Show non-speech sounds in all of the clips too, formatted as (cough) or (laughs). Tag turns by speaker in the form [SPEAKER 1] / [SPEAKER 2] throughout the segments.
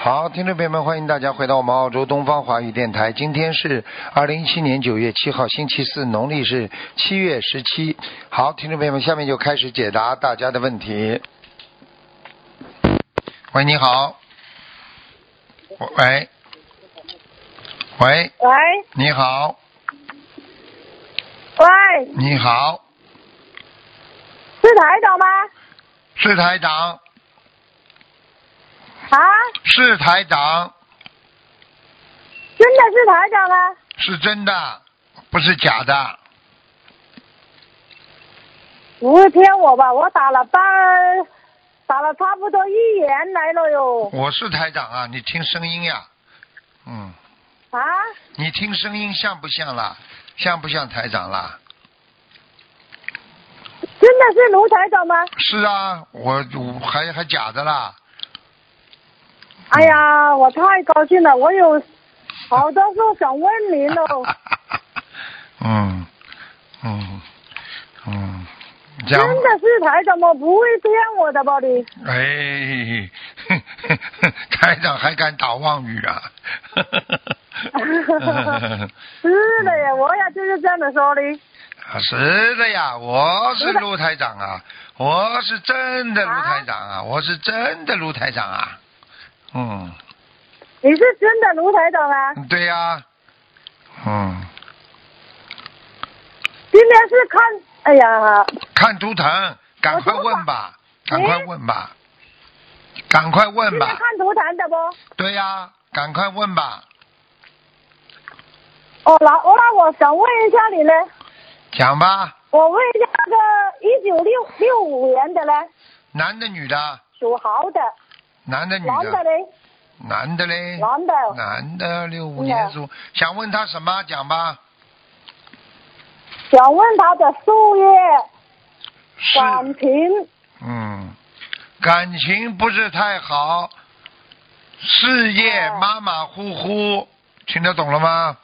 [SPEAKER 1] 好，听众朋友们，欢迎大家回到我们澳洲东方华语电台。今天是二零一七年九月七号，星期四，农历是七月十七。好，听众朋友们，下面就开始解答大家的问题。喂，你好。喂，喂，
[SPEAKER 2] 喂
[SPEAKER 1] 你好，
[SPEAKER 2] 喂，
[SPEAKER 1] 你好，
[SPEAKER 2] 是台长吗？
[SPEAKER 1] 是台长，
[SPEAKER 2] 啊，
[SPEAKER 1] 是台长，
[SPEAKER 2] 真的是台长吗？
[SPEAKER 1] 是真的，不是假的。
[SPEAKER 2] 不是骗我吧？我打了半，打了差不多一年来了哟。
[SPEAKER 1] 我是台长啊，你听声音呀、嗯，
[SPEAKER 2] 啊，
[SPEAKER 1] 你听声音像不像啦？像不像台长啦？
[SPEAKER 2] 真的是卢台长吗？
[SPEAKER 1] 是啊，我我还还假的啦。
[SPEAKER 2] 哎呀，我太高兴了，我有好多事想问您哦。
[SPEAKER 1] (laughs) 嗯嗯嗯，这
[SPEAKER 2] 真
[SPEAKER 1] 样
[SPEAKER 2] 的是台长吗？不会骗我的吧你？
[SPEAKER 1] 哎， (laughs) 台长还敢打妄语啊？ (laughs)
[SPEAKER 2] 是的呀，我也就是这样的说的。
[SPEAKER 1] 是的呀，我是陆台长啊，我是真的陆台长啊，我是真的陆台长啊。嗯，
[SPEAKER 2] 你是真的卢台长吗？
[SPEAKER 1] 对呀、嗯，
[SPEAKER 2] 今天是看，哎呀，
[SPEAKER 1] 看图腾，赶快问吧，赶快问吧，赶快问
[SPEAKER 2] 今天
[SPEAKER 1] 吧，
[SPEAKER 2] 看图腾的不？
[SPEAKER 1] 对呀、赶快问吧，
[SPEAKER 2] 哦，那哦那我想问一下你呢，
[SPEAKER 1] 讲吧，
[SPEAKER 2] 我问一下那个一九六六五年的呢，
[SPEAKER 1] 男的女的，
[SPEAKER 2] 属猴的，
[SPEAKER 1] 男的女
[SPEAKER 2] 男的
[SPEAKER 1] 的，
[SPEAKER 2] 嘞，
[SPEAKER 1] 男的嘞，
[SPEAKER 2] 男的，嗯
[SPEAKER 1] 男的六五年属，想问他什么？讲吧，
[SPEAKER 2] 想问他的事业、
[SPEAKER 1] 是。
[SPEAKER 2] 感情，
[SPEAKER 1] 嗯，感情不是太好，事业
[SPEAKER 2] 哦
[SPEAKER 1] 马马虎虎，听得懂了吗？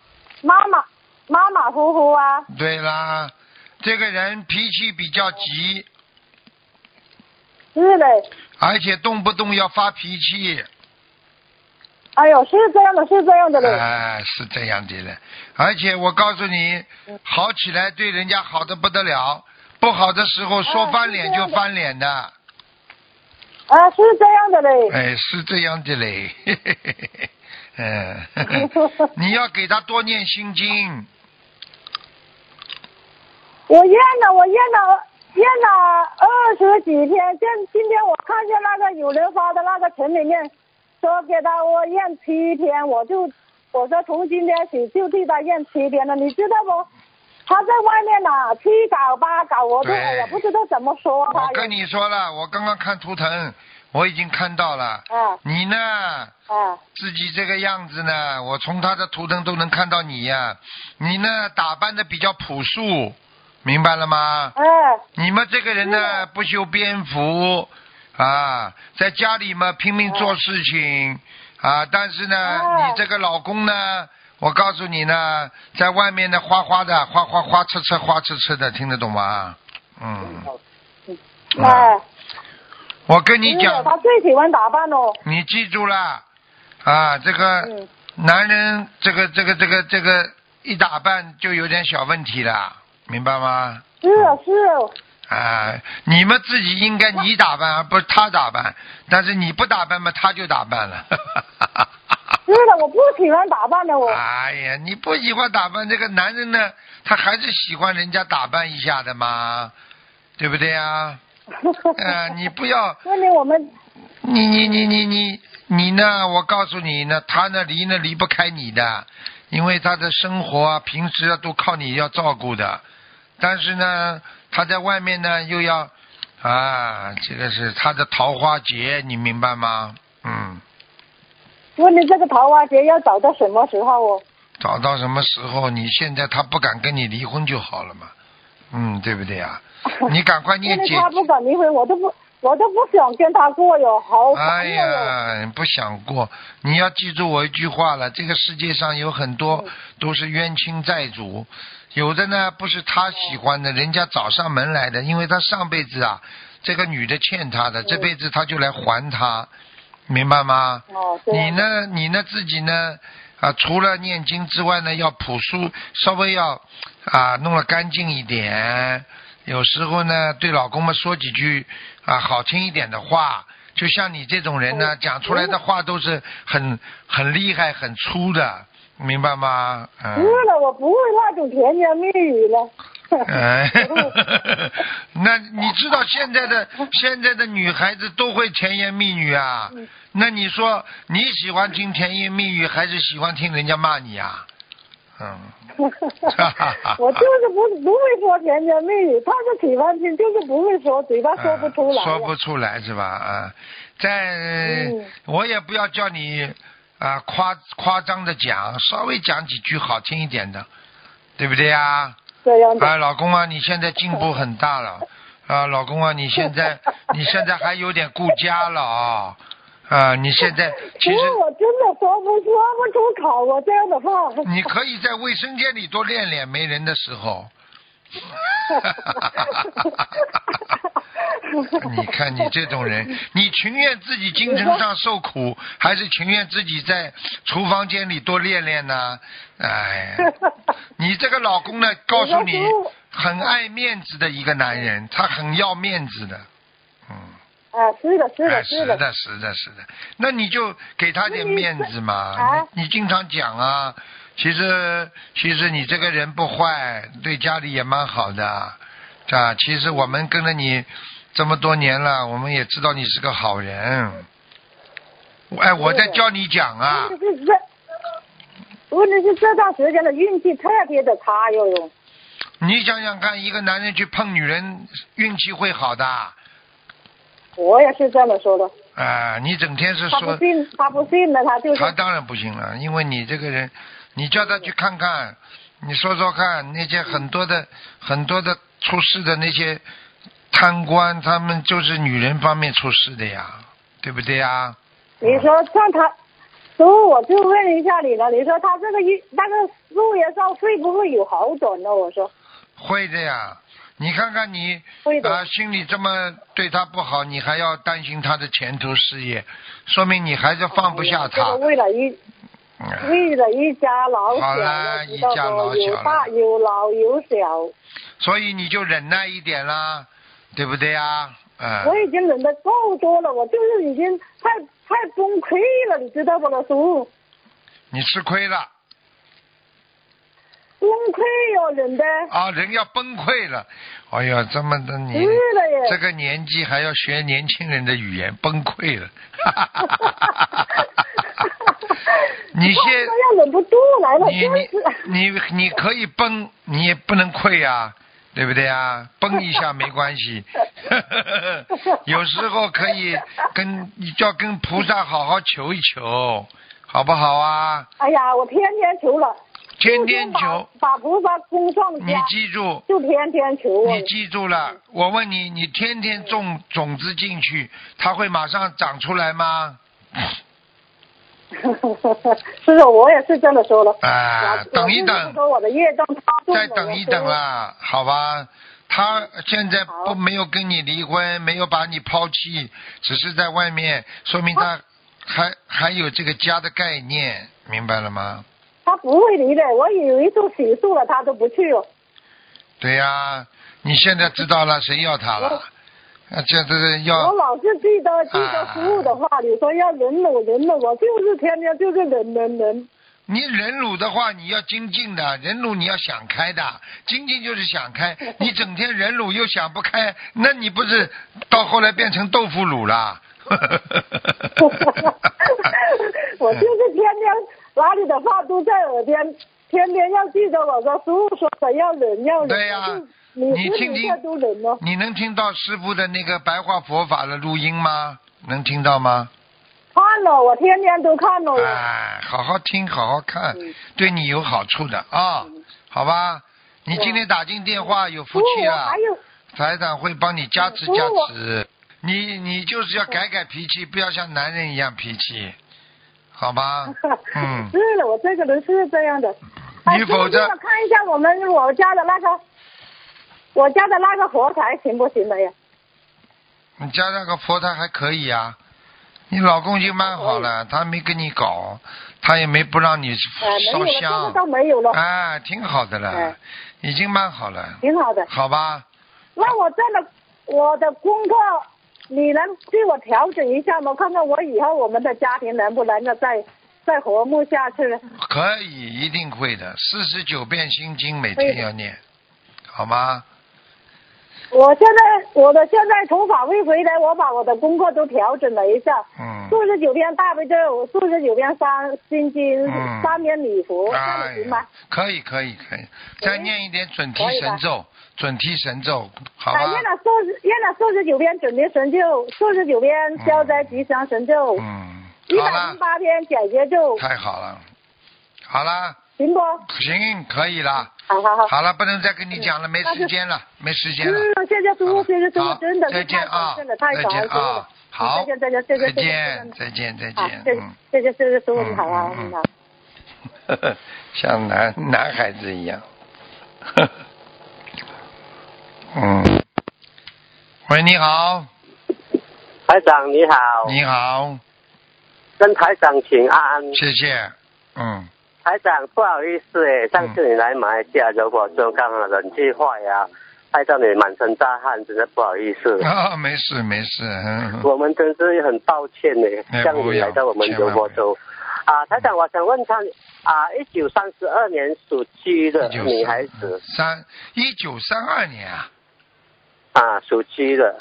[SPEAKER 2] 马马马马虎虎啊，
[SPEAKER 1] 对啦，这个人脾气比较急，
[SPEAKER 2] 是嘞，
[SPEAKER 1] 而且动不动要发脾气，
[SPEAKER 2] 哎呦，是这样的，是这样的嘞，
[SPEAKER 1] 哎，是这样的了。而且我告诉你，
[SPEAKER 2] 嗯
[SPEAKER 1] 好起来对人家好的不得了，不好的时候说
[SPEAKER 2] 哦
[SPEAKER 1] 翻
[SPEAKER 2] 是
[SPEAKER 1] 脸
[SPEAKER 2] 这
[SPEAKER 1] 就
[SPEAKER 2] 样的
[SPEAKER 1] 翻脸的，
[SPEAKER 2] 啊，是这样的嘞，
[SPEAKER 1] 哎，是这样的嘞。 (laughs) 嘿嘿嘿嘿嘿嗯，
[SPEAKER 2] (laughs)
[SPEAKER 1] 你要给他多念心经。
[SPEAKER 2] 我验了，我验了。验了二十几天，今今天我看见那个有人发的那个群里面说给他我验七天，我就我说从今天起就替他验七天了，你知道不？他在外面呐、七搞八搞，我都
[SPEAKER 1] 对
[SPEAKER 2] 哎呀不知道怎么说他
[SPEAKER 1] 我。跟你说了，我刚刚看图腾，我已经看到了。
[SPEAKER 2] 嗯
[SPEAKER 1] 你呢，
[SPEAKER 2] 啊
[SPEAKER 1] 自己这个样子呢，我从他的图腾都能看到你呀、你呢，打扮的比较朴素，明白了吗？
[SPEAKER 2] 哎
[SPEAKER 1] 你们这个人呢，不修边幅啊，在家里嘛拼命做事情啊，但是呢，
[SPEAKER 2] 哎
[SPEAKER 1] 你这个老公呢，我告诉你呢，在外面呢花花的，花花花痴痴花痴痴的，听得懂吗？嗯。啊
[SPEAKER 2] 哎，
[SPEAKER 1] 我跟你
[SPEAKER 2] 是的
[SPEAKER 1] 讲，
[SPEAKER 2] 他最喜欢打扮哦。
[SPEAKER 1] 你记住了啊，这个
[SPEAKER 2] 嗯，
[SPEAKER 1] 男人，这个这个这个这个一打扮就有点小问题了，明白吗？
[SPEAKER 2] 是啊是啊，
[SPEAKER 1] 啊，你们自己应该你打扮，而不是他打扮。但是你不打扮嘛，他就打扮了。
[SPEAKER 2] 是的，我不喜欢打扮的我。 (laughs)
[SPEAKER 1] 哎呀，你不喜欢打扮，这个男人呢，他还是喜欢人家打扮一下的嘛，对不对呀？啊，你不要
[SPEAKER 2] 问你我们
[SPEAKER 1] 你你你你你你呢？我告诉你呢，他呢离呢离不开你的，因为他的生活啊，平时啊都靠你要照顾的，但是呢，他在外面呢又要啊，这个是他的桃花劫，你明白吗？嗯，
[SPEAKER 2] 问你这个桃花节要找到什么时候哦？
[SPEAKER 1] 找到什么时候？你现在他不敢跟你离婚就好了嘛，嗯，对不对呀、你赶快
[SPEAKER 2] 因
[SPEAKER 1] 念
[SPEAKER 2] 为
[SPEAKER 1] 姐
[SPEAKER 2] 他不敢离婚，我都不，我都不想跟他过哟，好
[SPEAKER 1] 哎
[SPEAKER 2] 烦呀哟！
[SPEAKER 1] 呀，不想过。你要记住我一句话了，这个世界上有很
[SPEAKER 2] 嗯
[SPEAKER 1] 多都是冤亲债主，有的呢不是他喜欢
[SPEAKER 2] 嗯
[SPEAKER 1] 的，人家找上门
[SPEAKER 2] 嗯
[SPEAKER 1] 来的，因为他上辈子啊，这个女的欠他的，这辈子他就来还他。明白吗？
[SPEAKER 2] 哦，这
[SPEAKER 1] 你
[SPEAKER 2] 样
[SPEAKER 1] 呢，你呢自己呢，啊，除了念经之外呢，要朴素，稍微要啊，弄得干净一点。有时候呢，对老公们说几句啊好听一点的话。就像你这种人呢，
[SPEAKER 2] 哦
[SPEAKER 1] 讲出来的话都是很很厉害、很粗的，明白吗？嗯。
[SPEAKER 2] 不了，我不会那种甜言蜜语了。 (laughs)
[SPEAKER 1] 哎， (laughs) 那你知道现在的现在的女孩子都会甜言蜜语啊？
[SPEAKER 2] 嗯
[SPEAKER 1] 那你说你喜欢听甜言蜜语，还是喜欢听人家骂你啊？嗯，
[SPEAKER 2] 我就是不不会说甜言蜜语，他是喜欢听，就是不会说，嘴巴说不出来。
[SPEAKER 1] 嗯说不出来是吧？啊，在、
[SPEAKER 2] 嗯
[SPEAKER 1] 我也不要叫你啊夸夸张的讲，稍微讲几句好听一点的，对不对呀、
[SPEAKER 2] 这样的。
[SPEAKER 1] 哎，老公啊，你现在进步很大了啊，老公啊，你现在你现在还有点顾家了啊、啊，你现在其
[SPEAKER 2] 不
[SPEAKER 1] 实
[SPEAKER 2] 过我真的说不说不出口，我这样的话。 (laughs)
[SPEAKER 1] 你可以在卫生间里多练练，没人的时候。 (laughs) 你看你这种人，你情愿自己精神上受苦，还是情愿自己在厨房间里多练练呢？哎呀，你这个老公呢，告诉你
[SPEAKER 2] 有的时候
[SPEAKER 1] 很爱面子的一个男人，他很要面子的，嗯，
[SPEAKER 2] 啊，是的，是
[SPEAKER 1] 哎，
[SPEAKER 2] 的，
[SPEAKER 1] 是
[SPEAKER 2] 是的。
[SPEAKER 1] 的，是的，是的，那你就给他点面子
[SPEAKER 2] 那
[SPEAKER 1] 嘛
[SPEAKER 2] 你，
[SPEAKER 1] 你你经常讲啊，其实其实你这个人不坏，对家里也蛮好的，啊，其实我们跟着你这么多年了，我们也知道你是个好人，哎，我在教你讲啊，
[SPEAKER 2] 问题是这，问题是这段时间的运气特别的差哟哟。
[SPEAKER 1] 你想想看，一个男人去碰女人，运气会好的。
[SPEAKER 2] 我也是这么说的，
[SPEAKER 1] 啊，你整天是
[SPEAKER 2] 他不
[SPEAKER 1] 说
[SPEAKER 2] 信，他不信了，他就是
[SPEAKER 1] 他当然不行了，因为你这个人，你叫他去看看，你说说看，那些很多的很多的出事的那些贪官，他们就是女人方面出事的呀，对不对呀？
[SPEAKER 2] 你说像他，所以我就问一下你了，你说他这个一那个路爷上会不会有好转呢？我说
[SPEAKER 1] 会的呀，你看看你
[SPEAKER 2] 会的，
[SPEAKER 1] 啊、心里这么对他不好，你还要担心他的前途事业，说明你还是放不下
[SPEAKER 2] 哎这
[SPEAKER 1] 他
[SPEAKER 2] 个。为了一
[SPEAKER 1] 嗯
[SPEAKER 2] 为了一家老小，
[SPEAKER 1] 好啦
[SPEAKER 2] 知道
[SPEAKER 1] 一家老
[SPEAKER 2] 不？
[SPEAKER 1] 小
[SPEAKER 2] 有大
[SPEAKER 1] 了
[SPEAKER 2] 有老有小，
[SPEAKER 1] 所以你就忍耐一点啦，对不对呀？嗯。
[SPEAKER 2] 我已经忍得够多了，我就是已经太太崩溃了，你知道不，老叔？
[SPEAKER 1] 你吃亏了
[SPEAKER 2] 崩溃哟、忍的，
[SPEAKER 1] 啊，人要崩溃了。哎呀，这么的
[SPEAKER 2] 是
[SPEAKER 1] 年，
[SPEAKER 2] 的耶。 (laughs)
[SPEAKER 1] 这个年纪还要学年轻人的语言，崩溃了。 (laughs) 你
[SPEAKER 2] 现
[SPEAKER 1] 先
[SPEAKER 2] 在，要忍不住来了，
[SPEAKER 1] 你
[SPEAKER 2] 真
[SPEAKER 1] 你
[SPEAKER 2] 是。
[SPEAKER 1] 你你可以崩，你也不能溃啊，对不对啊？崩一下没关系， (laughs) 有时候可以跟你就要跟菩萨好好求一求，好不好啊？
[SPEAKER 2] 哎呀，我天天求了，
[SPEAKER 1] 天天求，
[SPEAKER 2] 把把菩萨供上
[SPEAKER 1] 你
[SPEAKER 2] 家，
[SPEAKER 1] 记住，
[SPEAKER 2] 就天天求我
[SPEAKER 1] 你。
[SPEAKER 2] (laughs)
[SPEAKER 1] 记住了，我问你，你天天种种子进去，它会马上长出来吗？
[SPEAKER 2] 是的，我也是这么说的。
[SPEAKER 1] 啊
[SPEAKER 2] 我，
[SPEAKER 1] 等一
[SPEAKER 2] 我就是
[SPEAKER 1] 等
[SPEAKER 2] 不，说我的业障他种
[SPEAKER 1] 再
[SPEAKER 2] 了
[SPEAKER 1] 等一等。啊啦，好吧？他现在不
[SPEAKER 2] 好
[SPEAKER 1] 没有跟你离婚，没有把你抛弃，只是在外面，说明
[SPEAKER 2] 啊
[SPEAKER 1] 他还还有这个家的概念，明白了吗？
[SPEAKER 2] 他不会离的，我有一次洗漱了，他都不去哦。
[SPEAKER 1] 对呀、你现在知道了谁要他了？啊，这这这
[SPEAKER 2] 我
[SPEAKER 1] 要
[SPEAKER 2] 老是记得记得师傅的话，你说要忍了，我忍了，我就是天天就是忍忍忍。
[SPEAKER 1] 你忍辱的话，你要精进的，忍辱你要想开的，精进就是想
[SPEAKER 2] (laughs)
[SPEAKER 1] 开。你整天忍辱又想不开，那你不是到后来变成豆腐乳啦？
[SPEAKER 2] (laughs)
[SPEAKER 1] (laughs)
[SPEAKER 2] 我就是天天哪里的话都在耳边，天天要记得我说师傅说的要忍要忍。
[SPEAKER 1] 对呀
[SPEAKER 2] 我就你
[SPEAKER 1] 你
[SPEAKER 2] 不
[SPEAKER 1] 听听
[SPEAKER 2] 忍都忍了。
[SPEAKER 1] (laughs) 你能听到师傅的那个白话佛法的录音吗？能听到吗？
[SPEAKER 2] 看了，我天天都看了。
[SPEAKER 1] 哎，好好听，好好看
[SPEAKER 2] 哦嗯，
[SPEAKER 1] 对你有好处的啊，好吧？你今天打进电话有
[SPEAKER 2] 不
[SPEAKER 1] 福
[SPEAKER 2] 过
[SPEAKER 1] 气啊
[SPEAKER 2] 我
[SPEAKER 1] 了。
[SPEAKER 2] 哦还有
[SPEAKER 1] 台长会帮你加持
[SPEAKER 2] 嗯不
[SPEAKER 1] 加
[SPEAKER 2] 过我
[SPEAKER 1] 持。你你就是要改改脾气，不要像男人一样脾气，好
[SPEAKER 2] (laughs)
[SPEAKER 1] 吧？嗯
[SPEAKER 2] 是的，我这个人是这样的。哎
[SPEAKER 1] 你否则
[SPEAKER 2] 师傅帮我看一下我们我家的那个，我家的那个佛台行不行的呀？
[SPEAKER 1] 你加上个佛台还可以啊，你老公就蛮好
[SPEAKER 2] 嗯
[SPEAKER 1] 了，他没跟你搞，他也没不让你
[SPEAKER 2] 哎，
[SPEAKER 1] 烧
[SPEAKER 2] 没有了，这个
[SPEAKER 1] 香，
[SPEAKER 2] 倒没有了，
[SPEAKER 1] 哎，挺好的了
[SPEAKER 2] 哎，
[SPEAKER 1] 已经蛮好了，
[SPEAKER 2] 挺好的。
[SPEAKER 1] 好吧？
[SPEAKER 2] 那我真的，我的功课，你能对我调整一下吗？看看我以后我们的家庭能不能够再再和睦下去？
[SPEAKER 1] 可以，一定会的。四十九遍心经每
[SPEAKER 2] 会
[SPEAKER 1] 天
[SPEAKER 2] 的
[SPEAKER 1] 要念，好吗？
[SPEAKER 2] 我现在我的现在从法会回来，我把我的功课都调整了一下，
[SPEAKER 1] 嗯，
[SPEAKER 2] 四十九遍大悲咒，四十九遍三心经
[SPEAKER 1] 嗯，
[SPEAKER 2] 三遍礼佛，这样
[SPEAKER 1] 哎
[SPEAKER 2] 行吗
[SPEAKER 1] 呀？，可以可以可以，再念一点准提
[SPEAKER 2] 嗯可以吧
[SPEAKER 1] 神咒，准提神咒，好吧
[SPEAKER 2] 哎，？念了四十，念了四十九遍准提神咒，四十九遍消灾吉祥神咒，
[SPEAKER 1] 嗯，
[SPEAKER 2] 一
[SPEAKER 1] 好
[SPEAKER 2] 百
[SPEAKER 1] 了
[SPEAKER 2] 零，八遍解结咒，
[SPEAKER 1] 太好了，好了，
[SPEAKER 2] 行不？
[SPEAKER 1] 行，可以了。
[SPEAKER 2] 好好好。
[SPEAKER 1] 好了，不能再跟你讲了，没
[SPEAKER 2] 那
[SPEAKER 1] 时
[SPEAKER 2] 就
[SPEAKER 1] 间了，没时间了。
[SPEAKER 2] 嗯，谢谢师
[SPEAKER 1] 好
[SPEAKER 2] 傅，
[SPEAKER 1] 了
[SPEAKER 2] 谢谢师
[SPEAKER 1] 好
[SPEAKER 2] 傅，真的
[SPEAKER 1] 再
[SPEAKER 2] 是
[SPEAKER 1] 见
[SPEAKER 2] 太
[SPEAKER 1] 啊
[SPEAKER 2] 感恩了，太
[SPEAKER 1] 再
[SPEAKER 2] 感
[SPEAKER 1] 见
[SPEAKER 2] 恩
[SPEAKER 1] 啊
[SPEAKER 2] 了。
[SPEAKER 1] 好
[SPEAKER 2] 再见，再见，谢谢，
[SPEAKER 1] 再
[SPEAKER 2] 谢谢，
[SPEAKER 1] 见，再见，再
[SPEAKER 2] 好，
[SPEAKER 1] 见，
[SPEAKER 2] 谢
[SPEAKER 1] 嗯，
[SPEAKER 2] 谢，谢谢，谢谢师傅，你好
[SPEAKER 1] 嗯
[SPEAKER 2] 啊，
[SPEAKER 1] 嗯
[SPEAKER 2] 你好。
[SPEAKER 1] (laughs) 像男男孩子一样， (laughs) 嗯。喂，你好，
[SPEAKER 3] 台长你好，
[SPEAKER 1] 你好，
[SPEAKER 3] 跟台长请安。
[SPEAKER 1] 谢谢，嗯，
[SPEAKER 3] 台长不好意思诶，上次你来马来西亚，如果说刚好冷气坏呀、害到你满身大汗，真的不好意思。
[SPEAKER 1] 啊，没事没事，嗯
[SPEAKER 3] 我们真是很抱歉呢
[SPEAKER 1] 哎，
[SPEAKER 3] 让你来到我们柔佛州。啊，台长，我想问看啊，一九三十二年属鸡的
[SPEAKER 1] 1932
[SPEAKER 3] 女孩子
[SPEAKER 1] 嗯三一九三二年啊，
[SPEAKER 3] 啊，属鸡的，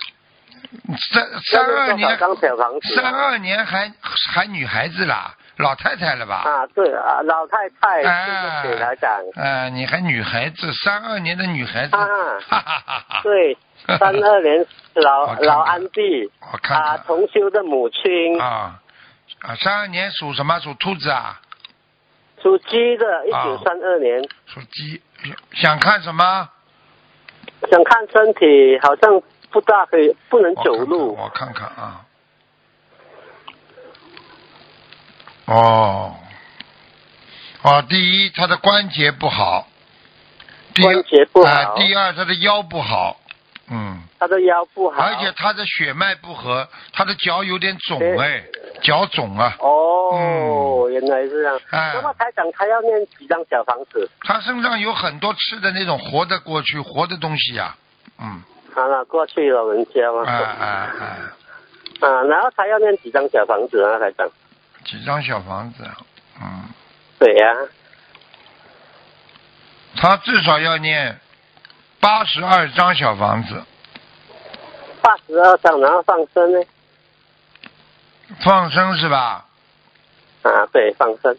[SPEAKER 1] 三三二
[SPEAKER 3] 要
[SPEAKER 1] 年
[SPEAKER 3] 是多少张小房子
[SPEAKER 1] 三
[SPEAKER 3] 啊？
[SPEAKER 1] 二年还还女孩子啦，老太太了吧？
[SPEAKER 3] 啊，对啊，老太太，
[SPEAKER 1] 哎
[SPEAKER 3] 对不起，台长。
[SPEAKER 1] 呃，你还女孩子，三二年的女孩子，
[SPEAKER 3] 啊
[SPEAKER 1] 哈哈哈哈！
[SPEAKER 3] 对，三二
[SPEAKER 1] (laughs)
[SPEAKER 3] 年
[SPEAKER 1] 我
[SPEAKER 3] 老
[SPEAKER 1] 看看
[SPEAKER 3] 老安迪
[SPEAKER 1] 我看
[SPEAKER 3] 啊，
[SPEAKER 1] 看
[SPEAKER 3] 同修的母亲
[SPEAKER 1] 啊啊，三二年属什么？属兔子啊，
[SPEAKER 3] 属鸡的，一
[SPEAKER 1] 啊
[SPEAKER 3] 九三二年，
[SPEAKER 1] 属鸡。想看什么？
[SPEAKER 3] 想看身体，好像不大可以，不能
[SPEAKER 1] 我
[SPEAKER 3] 走
[SPEAKER 1] 看看
[SPEAKER 3] 路。
[SPEAKER 1] 我看看啊。哦，哦，第一，他的关节不好，第二
[SPEAKER 3] 关节不好
[SPEAKER 1] 啊第二，他的腰不好，嗯，
[SPEAKER 3] 他的腰不好，
[SPEAKER 1] 而且他的血脉不和，他的脚有点肿
[SPEAKER 3] 对
[SPEAKER 1] 哎，脚肿啊，
[SPEAKER 3] 哦，原来是这样。
[SPEAKER 1] 哎
[SPEAKER 3] 那么台长他要念几张小房子？
[SPEAKER 1] 他身上有很多吃的那种活的过去活的东西呀、嗯，
[SPEAKER 3] 好了，啊过去老人家嘛。
[SPEAKER 1] 啊啊啊，
[SPEAKER 3] 啊然后他要念几张小房子啊，台长？
[SPEAKER 1] 几张小房子啊，嗯，
[SPEAKER 3] 对呀、
[SPEAKER 1] 他至少要念八十二张小房子，
[SPEAKER 3] 八十二张，然后放生呢？
[SPEAKER 1] 放生是吧？
[SPEAKER 3] 啊，对，放生。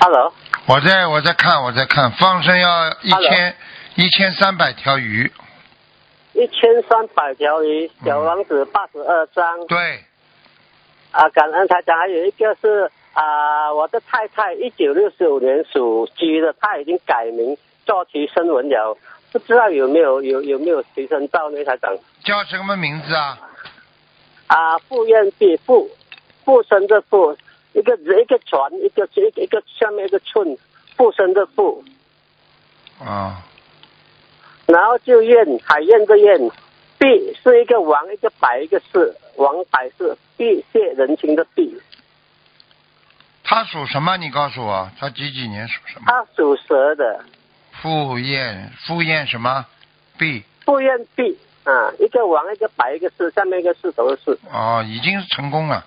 [SPEAKER 3] Hello，
[SPEAKER 1] 我在我在看我在看，放生要一千一千三百条鱼，
[SPEAKER 3] 一千三百条鱼，小王子八十二张
[SPEAKER 1] 对，
[SPEAKER 3] 啊，感恩台长，还有一个是啊，我的太太一九六五年属鸡的，她已经改名做提升文了，不知道有没有有有没有提升到呢，台长？
[SPEAKER 1] 叫什么名字啊？
[SPEAKER 3] 啊，复院壁复复生的复，一个一个船，一个一个一个下面一个寸，复生的复，
[SPEAKER 1] 啊、
[SPEAKER 3] 然后就院海燕的燕，碧是一个王，一个百，一个士，王百士，碧谢人情的碧，
[SPEAKER 1] 他属什么？你告诉我，他几几年属什么？
[SPEAKER 3] 他属蛇的，
[SPEAKER 1] 赴宴赴宴什么？B
[SPEAKER 3] 复院碧啊，一个王，一个百，一个士，下面一个是什么士？
[SPEAKER 1] 哦，已经成功了，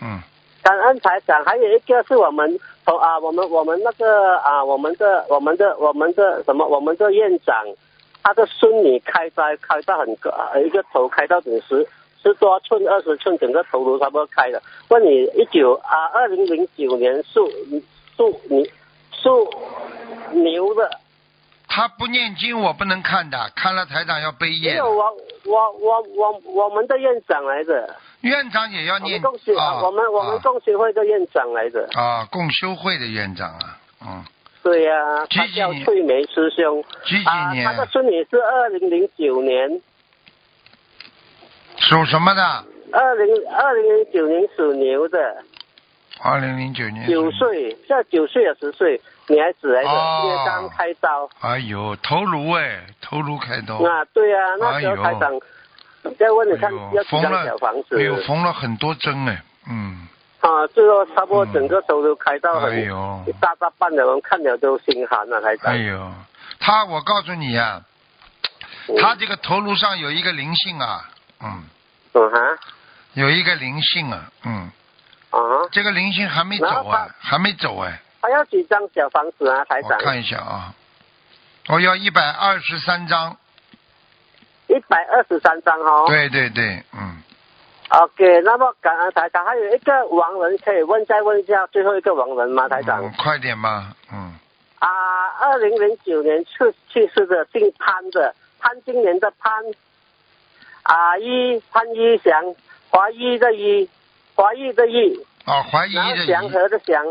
[SPEAKER 1] 嗯。
[SPEAKER 3] 感恩台长，还有一个是我们同啊，我们我们那个啊，我们的我们的我们的什么，我们的院长，他的孙女开刀开到很个、啊、一个头开到ถึ十十多寸二十寸，整个头颅差不多开了。问你一九啊二零零九年属属牛属牛的，啊
[SPEAKER 1] 他不念经，我不能看的，看了台长要背
[SPEAKER 3] 因
[SPEAKER 1] 业
[SPEAKER 3] 为
[SPEAKER 1] 的。
[SPEAKER 3] 我我我我我们的院长来的，
[SPEAKER 1] 院长也要
[SPEAKER 3] 我们
[SPEAKER 1] 念
[SPEAKER 3] 共学
[SPEAKER 1] 啊，
[SPEAKER 3] 我们我们共学会的院长来的。
[SPEAKER 1] 啊啊共修会的院长啊，嗯，
[SPEAKER 3] 对呀、他
[SPEAKER 1] 几几
[SPEAKER 3] 叫
[SPEAKER 1] 年
[SPEAKER 3] 翠梅师兄。
[SPEAKER 1] 几几
[SPEAKER 3] 啊，
[SPEAKER 1] 年
[SPEAKER 3] 他的孙女是二零零九年，
[SPEAKER 1] 属什么的？
[SPEAKER 3] 二零二零零九年属牛的，
[SPEAKER 1] 二零零九年属
[SPEAKER 3] 九岁，这九岁也十岁女孩子来的，
[SPEAKER 1] 哦
[SPEAKER 3] 因为刚开刀
[SPEAKER 1] 哎呦，头颅哎，头颅开刀。
[SPEAKER 3] 啊，对啊，那时
[SPEAKER 1] 哎呦
[SPEAKER 3] 候台长再问你看
[SPEAKER 1] 哎呦
[SPEAKER 3] 要几
[SPEAKER 1] 缝
[SPEAKER 3] 张
[SPEAKER 1] 了
[SPEAKER 3] 小房子
[SPEAKER 1] 哎呦，缝了很多针哎，嗯，
[SPEAKER 3] 啊，最后差不多
[SPEAKER 1] 嗯
[SPEAKER 3] 整个手都开到
[SPEAKER 1] 哎
[SPEAKER 3] 很
[SPEAKER 1] 呦，
[SPEAKER 3] 一大大半的人看了都心寒了，台长
[SPEAKER 1] 哎。呦，他我告诉你啊，他这个头颅上有一个灵性啊，嗯，
[SPEAKER 3] 嗯哈
[SPEAKER 1] 有一个灵性啊，嗯，
[SPEAKER 3] 啊，
[SPEAKER 1] 这个灵性还没
[SPEAKER 3] 然
[SPEAKER 1] 走
[SPEAKER 3] 后
[SPEAKER 1] 啊
[SPEAKER 3] 他，
[SPEAKER 1] 还没走哎，
[SPEAKER 3] 还要几张小房子啊，台
[SPEAKER 1] 我
[SPEAKER 3] 长？
[SPEAKER 1] 看一下啊，我要一百二十三张，
[SPEAKER 3] 一百二十三张哦。
[SPEAKER 1] 对对对，嗯，
[SPEAKER 3] OK，那么感恩台长，还有一个亡人可以问再问一下最后一个亡人吗，台长？
[SPEAKER 1] 嗯快点吧，嗯，
[SPEAKER 3] 啊，二零零九年去去世的，姓潘的，潘金莲的潘，啊，一潘一祥，华裔的一，华裔的裔，
[SPEAKER 1] 哦，怀疑
[SPEAKER 3] 然后
[SPEAKER 1] 的
[SPEAKER 3] 祥
[SPEAKER 1] 疑，
[SPEAKER 3] 和的祥，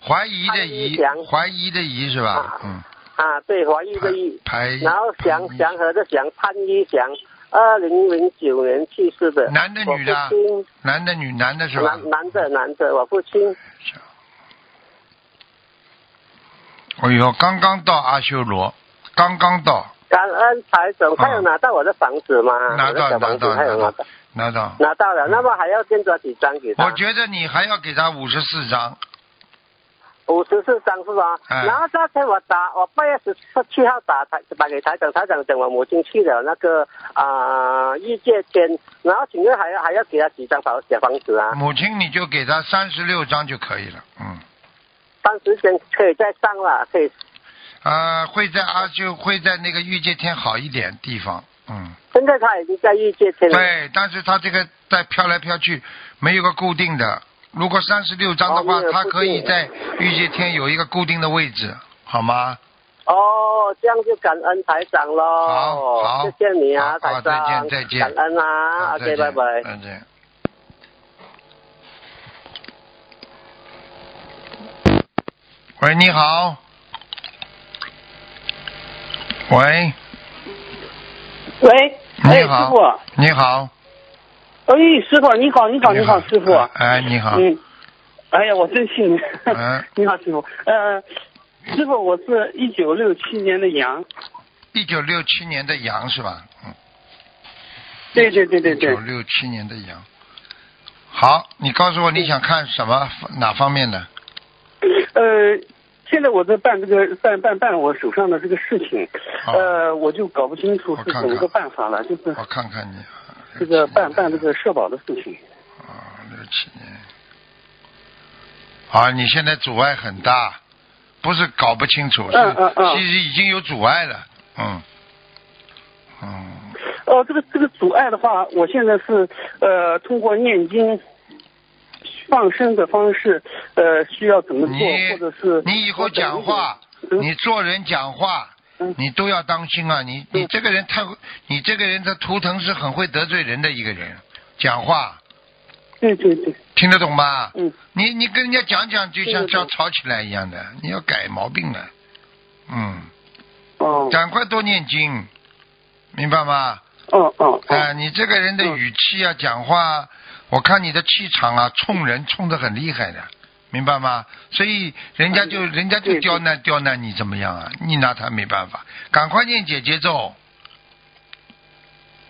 [SPEAKER 1] 怀疑的
[SPEAKER 3] 潘一
[SPEAKER 1] 疑
[SPEAKER 3] 祥，
[SPEAKER 1] 怀疑的疑是吧
[SPEAKER 3] 啊？
[SPEAKER 1] 嗯，
[SPEAKER 3] 啊，对，华裔的裔，
[SPEAKER 1] 排，排
[SPEAKER 3] 然后祥
[SPEAKER 1] 排
[SPEAKER 3] 祥和的祥，潘一祥，二零零九年去世的，
[SPEAKER 1] 男的女的啊
[SPEAKER 3] 我父
[SPEAKER 1] 男的女男的是
[SPEAKER 3] 亲，
[SPEAKER 1] 吧？
[SPEAKER 3] 男男的男的，我父亲，
[SPEAKER 1] 哎呦，刚刚到阿修罗，刚刚到，
[SPEAKER 3] 感恩台总，他有拿到我的房子吗？
[SPEAKER 1] 啊拿
[SPEAKER 3] 啊我的
[SPEAKER 1] 到拿
[SPEAKER 3] 小房子，
[SPEAKER 1] 到
[SPEAKER 3] 他有拿
[SPEAKER 1] 拿
[SPEAKER 3] 到
[SPEAKER 1] 到，拿到。
[SPEAKER 3] 拿到了，那么还要先多几张给他？
[SPEAKER 1] 我觉得你还要给他五十四张，
[SPEAKER 3] 五十四张是吧？
[SPEAKER 1] 哎
[SPEAKER 3] 然后那天我打，我八月十七号打台打给台长，台长讲我母亲去了那个啊、呃、玉界天，然后请问还要还要给他几张房小房子啊？
[SPEAKER 1] 母亲你就给他三十六张就可以了，嗯，
[SPEAKER 3] 当时间可以再上了，可以
[SPEAKER 1] 呃，会在阿修会在那个御界天好一点地方，嗯，
[SPEAKER 3] 现在他已经在玉界天了。
[SPEAKER 1] 对，但是他这个在飘来飘去，没有个固定的。如果三十六张的话
[SPEAKER 3] 哦没有，
[SPEAKER 1] 他
[SPEAKER 3] 固定
[SPEAKER 1] 可以在御界天有一个固定的位置，好吗？
[SPEAKER 3] 哦，这样就感恩台长喽。
[SPEAKER 1] 好好
[SPEAKER 3] 谢谢你啊，
[SPEAKER 1] 好
[SPEAKER 3] 台
[SPEAKER 1] 好
[SPEAKER 3] 长。
[SPEAKER 1] 再见再见
[SPEAKER 3] 感恩啊
[SPEAKER 1] 再
[SPEAKER 3] ，OK，
[SPEAKER 1] 见
[SPEAKER 3] 拜拜。
[SPEAKER 1] 再见。喂，你好。喂，
[SPEAKER 4] 喂，哎，
[SPEAKER 1] 你
[SPEAKER 4] 师
[SPEAKER 1] 好
[SPEAKER 4] 傅，。
[SPEAKER 1] 你好。
[SPEAKER 4] 哎，师傅，你好，你好，你好，师傅，
[SPEAKER 1] 哎，你好。
[SPEAKER 4] 嗯，哎呀，我真幸运
[SPEAKER 1] 嗯，
[SPEAKER 4] (laughs) 你好，师傅，呃，师傅，我是一九六七年的羊，
[SPEAKER 1] 一九六七年的羊是吧？嗯。
[SPEAKER 4] 对对对对
[SPEAKER 1] 一九
[SPEAKER 4] 对，
[SPEAKER 1] 六七年的羊。好，你告诉我你想看什么哪方面的？
[SPEAKER 4] 呃，现在我在办这个办办办我手上的这个事情，
[SPEAKER 1] 好
[SPEAKER 4] 呃，我就搞不清楚
[SPEAKER 1] 哦我
[SPEAKER 4] 是
[SPEAKER 1] 看
[SPEAKER 4] 怎么
[SPEAKER 1] 看哦
[SPEAKER 4] 个办法了，就是
[SPEAKER 1] 我看看你。
[SPEAKER 4] 这个办办这
[SPEAKER 1] 个。
[SPEAKER 4] 个社保的事情，
[SPEAKER 1] 啊，六七年。啊，你现在阻碍很大，不是搞不清楚，是、
[SPEAKER 4] 嗯嗯嗯
[SPEAKER 1] 其实已经有阻碍了。嗯，嗯，
[SPEAKER 4] 呃，这个这个阻碍的话，我现在是呃通过念经。放生的方式，呃，需要怎么做，或者是
[SPEAKER 1] 你你以后讲话，
[SPEAKER 4] 嗯
[SPEAKER 1] 你做人讲话
[SPEAKER 4] 嗯，
[SPEAKER 1] 你都要当心啊！你你
[SPEAKER 4] 嗯
[SPEAKER 1] 这个人太，你这个人的图腾是很会得罪人的一个人，讲话
[SPEAKER 4] 对对对，
[SPEAKER 1] 听得懂吧？
[SPEAKER 4] 嗯，
[SPEAKER 1] 你你跟人家讲讲，就像
[SPEAKER 4] 听得
[SPEAKER 1] 像
[SPEAKER 4] 懂
[SPEAKER 1] 吵起来一样的，你要改毛病了。嗯。
[SPEAKER 4] 哦，
[SPEAKER 1] 赶快多念经，明白吗？
[SPEAKER 4] 哦哦，
[SPEAKER 1] 啊、
[SPEAKER 4] 哦
[SPEAKER 1] 你这个人的语气啊，讲话啊，我看你的气场啊，冲人冲得很厉害的，明白吗？所以人家就
[SPEAKER 4] 嗯
[SPEAKER 1] 人家就
[SPEAKER 4] 对
[SPEAKER 1] 刁难刁难你怎么样啊？你拿他没办法，赶快念姐姐咒，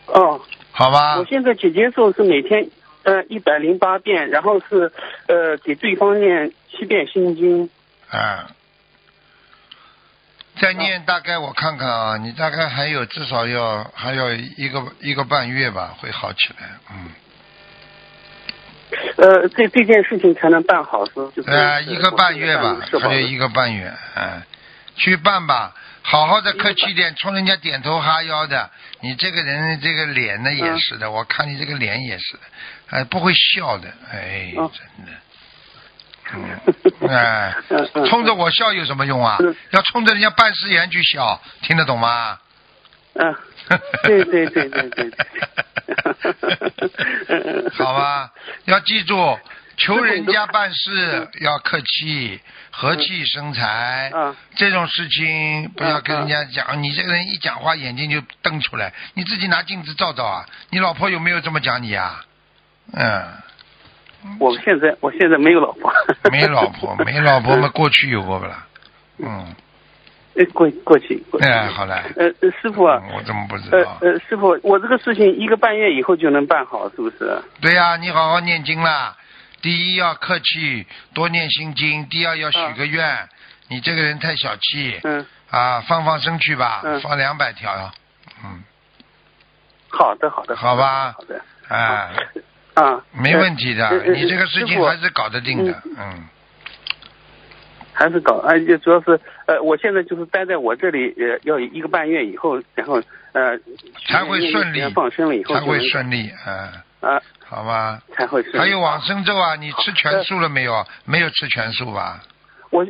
[SPEAKER 4] 哦，
[SPEAKER 1] 好吧
[SPEAKER 4] 我？现在姐姐咒是每天呃一百零八遍，然后是呃给对方念七遍心经，
[SPEAKER 1] 啊、再念大概我看看啊，你大概还有至少要还有一个一个半月吧，会好起来，嗯。
[SPEAKER 4] 呃，这这件事情才能办好，是就是
[SPEAKER 1] 呃，一个半月吧，
[SPEAKER 4] 是
[SPEAKER 1] 还
[SPEAKER 4] 吧？
[SPEAKER 1] 有一个半月，嗯、去办吧，好好的客气点，冲人家点头哈腰的。你这个人这个脸呢也
[SPEAKER 4] 嗯
[SPEAKER 1] 是的，我看你这个脸也是的，哎、不会笑的，哎，
[SPEAKER 4] 哦
[SPEAKER 1] 真的。嗯，哎、
[SPEAKER 4] 嗯嗯
[SPEAKER 1] 冲着我笑有什么用啊
[SPEAKER 4] 嗯？
[SPEAKER 1] 要冲着人家办事员去笑，听得懂吗？
[SPEAKER 4] 嗯、
[SPEAKER 1] (laughs)
[SPEAKER 4] 对对对对对 (laughs)
[SPEAKER 1] 好吧，要记住，求人家办事
[SPEAKER 4] 嗯
[SPEAKER 1] 要客气、和气生财。
[SPEAKER 4] 嗯
[SPEAKER 1] 这种事情不要
[SPEAKER 4] 嗯
[SPEAKER 1] 跟人家讲，你这个人一讲话眼睛就瞪出来，
[SPEAKER 4] (laughs)
[SPEAKER 1] 你自己拿镜子照照啊。你老婆有没有这么讲你啊？嗯，
[SPEAKER 4] (laughs) 我现在我现在没有老婆，
[SPEAKER 1] (laughs) 没老婆，没老婆
[SPEAKER 4] (laughs)
[SPEAKER 1] 嘛，过去有过不啦？嗯，
[SPEAKER 4] 呃，过过去过去。
[SPEAKER 1] 哎，好了，
[SPEAKER 4] 呃，呃师傅啊，
[SPEAKER 1] 嗯我怎么不知
[SPEAKER 4] 呃
[SPEAKER 1] 道？
[SPEAKER 4] 呃，师傅，我这个事情一个半月以后就能办好，是不是？
[SPEAKER 1] 对呀、你好好念经啦。第一要客气，多念心经；第二要许个愿。你这个人太小气
[SPEAKER 4] 嗯，
[SPEAKER 1] 啊，放放生去吧，
[SPEAKER 4] 嗯
[SPEAKER 1] 放两百条。嗯，
[SPEAKER 4] 好的，好的，
[SPEAKER 1] 好吧
[SPEAKER 4] 嗯好的，
[SPEAKER 1] 哎，
[SPEAKER 4] 啊，
[SPEAKER 1] (laughs) 没问题的
[SPEAKER 4] 呃呃，呃
[SPEAKER 1] 你这个事
[SPEAKER 4] 师
[SPEAKER 1] 情
[SPEAKER 4] 傅
[SPEAKER 1] 还是搞得定的。嗯，
[SPEAKER 4] 还是搞，而且主要是呃，我现在就是待在我这里，呃，要一个半月以后，然后呃，
[SPEAKER 1] 才会
[SPEAKER 4] 念
[SPEAKER 1] 顺利
[SPEAKER 4] 念放生了以后
[SPEAKER 1] 才
[SPEAKER 4] 就
[SPEAKER 1] 会
[SPEAKER 4] 能
[SPEAKER 1] 顺利。嗯，
[SPEAKER 4] 啊，
[SPEAKER 1] 好吧。
[SPEAKER 4] 才会顺利。
[SPEAKER 1] 还有往生咒啊，你吃全
[SPEAKER 4] 呃
[SPEAKER 1] 素了没有？啊没有吃全素吧？
[SPEAKER 4] 我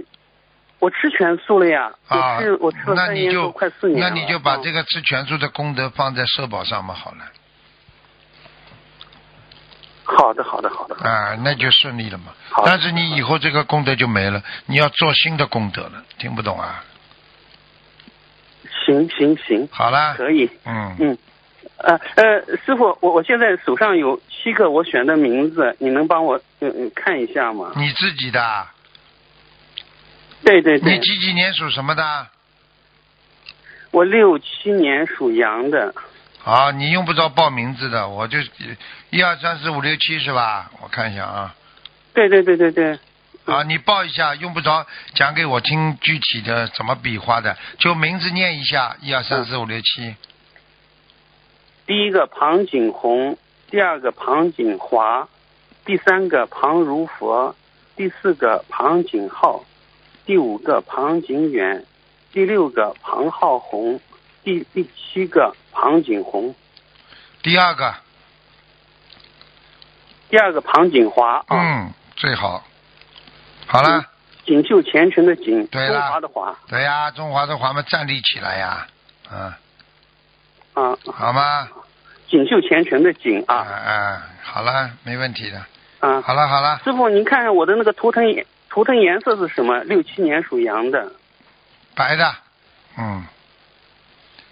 [SPEAKER 4] 我吃全素了呀，
[SPEAKER 1] 啊
[SPEAKER 4] 我吃我吃了
[SPEAKER 1] 那
[SPEAKER 4] 三
[SPEAKER 1] 你
[SPEAKER 4] 年多，
[SPEAKER 1] 就
[SPEAKER 4] 快四年
[SPEAKER 1] 那
[SPEAKER 4] 了。啊
[SPEAKER 1] 你就把这个
[SPEAKER 4] 个、
[SPEAKER 1] 吃全素的功德放在社保上嘛，好了
[SPEAKER 4] 好的，好的，好的，
[SPEAKER 1] 啊，那就顺利了嘛
[SPEAKER 4] 好。
[SPEAKER 1] 但是你以后这个功德就没了，你要做新的功德了，听不懂啊？
[SPEAKER 4] 行行行，
[SPEAKER 1] 好啦，
[SPEAKER 4] 可以。
[SPEAKER 1] 嗯，
[SPEAKER 4] 嗯，呃呃，师傅，我我现在手上有七个我选的名字，你能帮我嗯嗯看一下吗？
[SPEAKER 1] 你自己的啊，
[SPEAKER 4] 对对
[SPEAKER 1] 你
[SPEAKER 4] 对，
[SPEAKER 1] 几几年属什么的？
[SPEAKER 4] 我六七年属羊的，
[SPEAKER 1] 啊，你用不着报名字的，我就一二三四五六七是吧？我看一下啊，
[SPEAKER 4] 对对对对对，嗯
[SPEAKER 1] 啊，你报一下，用不着讲给我听具体的怎么比划的，就名字念一下，一二三四五六
[SPEAKER 4] 嗯
[SPEAKER 1] 七，
[SPEAKER 4] 第一个庞景红，第二个庞景华，第三个庞如佛，第四个庞景浩，第五个庞景远，第六个庞浩红，第第七个庞景红，
[SPEAKER 1] 第二个，
[SPEAKER 4] 第二个庞景华啊。
[SPEAKER 1] 嗯，最好。好了，
[SPEAKER 4] 嗯锦绣前程的锦，
[SPEAKER 1] 对
[SPEAKER 4] 中
[SPEAKER 1] 了
[SPEAKER 4] 华的华
[SPEAKER 1] 对呀，中华的华们站立起来呀，嗯，
[SPEAKER 4] 啊，
[SPEAKER 1] 好吗？
[SPEAKER 4] 锦绣前程的锦
[SPEAKER 1] 啊
[SPEAKER 4] 啊
[SPEAKER 1] 啊，好了，没问题的。
[SPEAKER 4] 啊，
[SPEAKER 1] 好了好了，
[SPEAKER 4] 师傅，您看看我的那个图腾颜图腾颜色是什么？六七年属羊的，
[SPEAKER 1] 白的，嗯，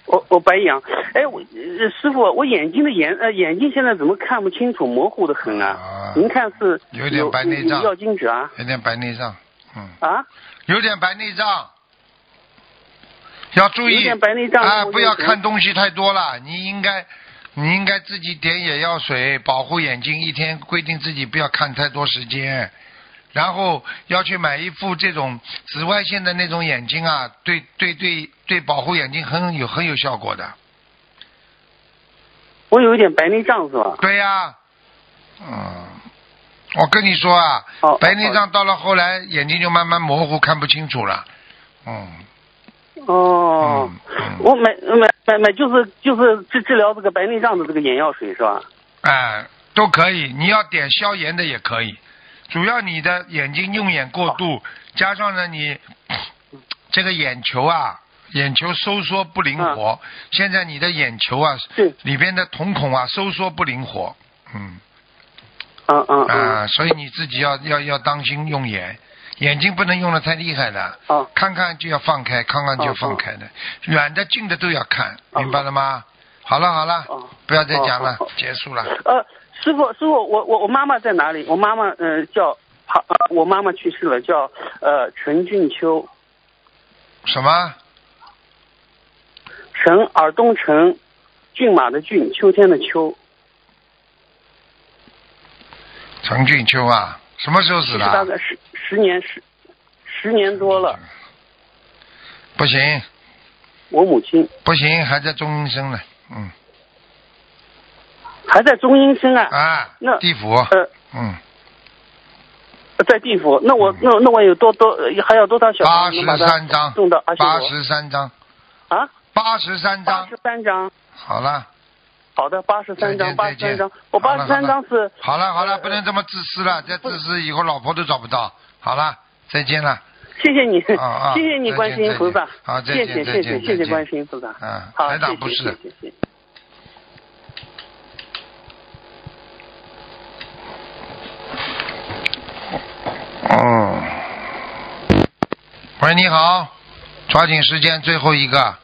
[SPEAKER 4] 我我白羊。哎，我呃师傅，我眼睛的眼呃眼睛现在怎么看不清楚，模糊的很
[SPEAKER 1] 啊
[SPEAKER 4] 啊？您看是
[SPEAKER 1] 有点白内障
[SPEAKER 4] 有药精者啊
[SPEAKER 1] 有点白内障，嗯，
[SPEAKER 4] 啊，
[SPEAKER 1] 有点白内障，要注
[SPEAKER 4] 有
[SPEAKER 1] 意
[SPEAKER 4] 点白内障
[SPEAKER 1] 啊，
[SPEAKER 4] 我
[SPEAKER 1] 不要
[SPEAKER 4] 就
[SPEAKER 1] 看东西太多了，你应该。你应该自己点眼药水，保护眼睛。一天规定自己不要看太多时间，然后要去买一副这种紫外线的那种眼睛啊，对对对对，保护眼睛很有很有效果的。
[SPEAKER 4] 我有一点白内障是吧？
[SPEAKER 1] 对呀、嗯，我跟你说啊，
[SPEAKER 4] 哦
[SPEAKER 1] 白内障到了后来眼睛就慢慢模糊，看不清楚了。嗯，
[SPEAKER 4] 哦
[SPEAKER 1] 嗯嗯，
[SPEAKER 4] 我买买买买就是就是治治疗这个白内障的这个眼药水是吧？
[SPEAKER 1] 哎，都可以，你要点消炎的也可以，主要你的眼睛用眼过
[SPEAKER 4] 哦
[SPEAKER 1] 度，加上呢你
[SPEAKER 4] 嗯
[SPEAKER 1] 这个眼球啊，眼球收缩不灵活，
[SPEAKER 4] 嗯
[SPEAKER 1] 现在你的眼球啊
[SPEAKER 4] 对，
[SPEAKER 1] 里边的瞳孔啊收缩不灵活，嗯。
[SPEAKER 4] 嗯嗯嗯
[SPEAKER 1] 啊，所以你自己要要要当心用眼，眼睛不能用的太厉害了，
[SPEAKER 4] 哦。
[SPEAKER 1] 看看就要放开，看看就要放开的，远的近的都要看，明白了吗？好了好了，
[SPEAKER 4] 哦
[SPEAKER 1] 不要再讲了
[SPEAKER 4] 哦哦哦，
[SPEAKER 1] 结束了。
[SPEAKER 4] 呃，师傅，师傅，我我我妈妈在哪里？我妈妈呃叫好、呃我妈妈去世了，叫呃陈俊秋，
[SPEAKER 1] 什么？
[SPEAKER 4] 陈耳东陈，骏马的骏，秋天的秋，
[SPEAKER 1] 陈俊秋啊？什么时候
[SPEAKER 4] 去
[SPEAKER 1] 死
[SPEAKER 4] 世
[SPEAKER 1] 的
[SPEAKER 4] 大
[SPEAKER 1] 啊？
[SPEAKER 4] 概十十年十十年多了。
[SPEAKER 1] 不行
[SPEAKER 4] 我母亲
[SPEAKER 1] 不行，还在中阴身呢。嗯
[SPEAKER 4] 还在中阴身啊，
[SPEAKER 1] 啊
[SPEAKER 4] 那，
[SPEAKER 1] 地府
[SPEAKER 4] 呃
[SPEAKER 1] 嗯
[SPEAKER 4] 在地府。那我那那我有多多呃还要多少小
[SPEAKER 1] 八
[SPEAKER 4] 房
[SPEAKER 1] 十
[SPEAKER 4] 子能把它
[SPEAKER 1] 三张，
[SPEAKER 4] 送到阿修
[SPEAKER 1] 八
[SPEAKER 4] 罗
[SPEAKER 1] 十三张，
[SPEAKER 4] 啊？
[SPEAKER 1] 八十三
[SPEAKER 4] 八
[SPEAKER 1] 张，
[SPEAKER 4] 十三张。
[SPEAKER 1] 好了。
[SPEAKER 4] 好的，八十三张，八
[SPEAKER 1] 再
[SPEAKER 4] 十
[SPEAKER 1] 见再见
[SPEAKER 4] 三张。我八十三张是
[SPEAKER 1] 好了好了，
[SPEAKER 4] 呃
[SPEAKER 1] 不能这么自私了，再自私以后老婆都找不到。好了，再见了，
[SPEAKER 4] 谢谢你，
[SPEAKER 1] 啊啊
[SPEAKER 4] 谢谢你，
[SPEAKER 1] 再见
[SPEAKER 4] 观世音菩萨
[SPEAKER 1] 再见好，再
[SPEAKER 4] 谢
[SPEAKER 1] 见
[SPEAKER 4] 谢
[SPEAKER 1] 再见
[SPEAKER 4] 谢谢
[SPEAKER 1] 再
[SPEAKER 4] 谢谢
[SPEAKER 1] 见
[SPEAKER 4] 观世音菩萨，
[SPEAKER 1] 嗯，
[SPEAKER 4] 好，
[SPEAKER 1] 台长
[SPEAKER 4] 谢
[SPEAKER 1] 不
[SPEAKER 4] 谢
[SPEAKER 1] 是。
[SPEAKER 4] 谢谢谢谢。
[SPEAKER 1] 嗯。喂，你好，抓紧时间，最后一个。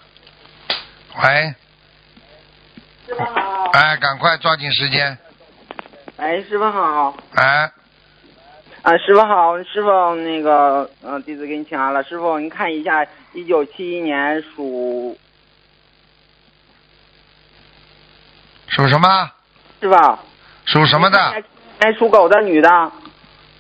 [SPEAKER 1] 喂，
[SPEAKER 5] 师傅好，
[SPEAKER 1] 哎，赶快抓紧时间，
[SPEAKER 5] 哎，师傅好，
[SPEAKER 1] 哎，
[SPEAKER 5] 啊，师傅好，师傅那个，嗯、弟子给你请安了。师傅，您看一下，一九七一年属
[SPEAKER 1] 属什么？
[SPEAKER 5] 是吧？
[SPEAKER 1] 属什么的？
[SPEAKER 5] 哎，属狗的女的，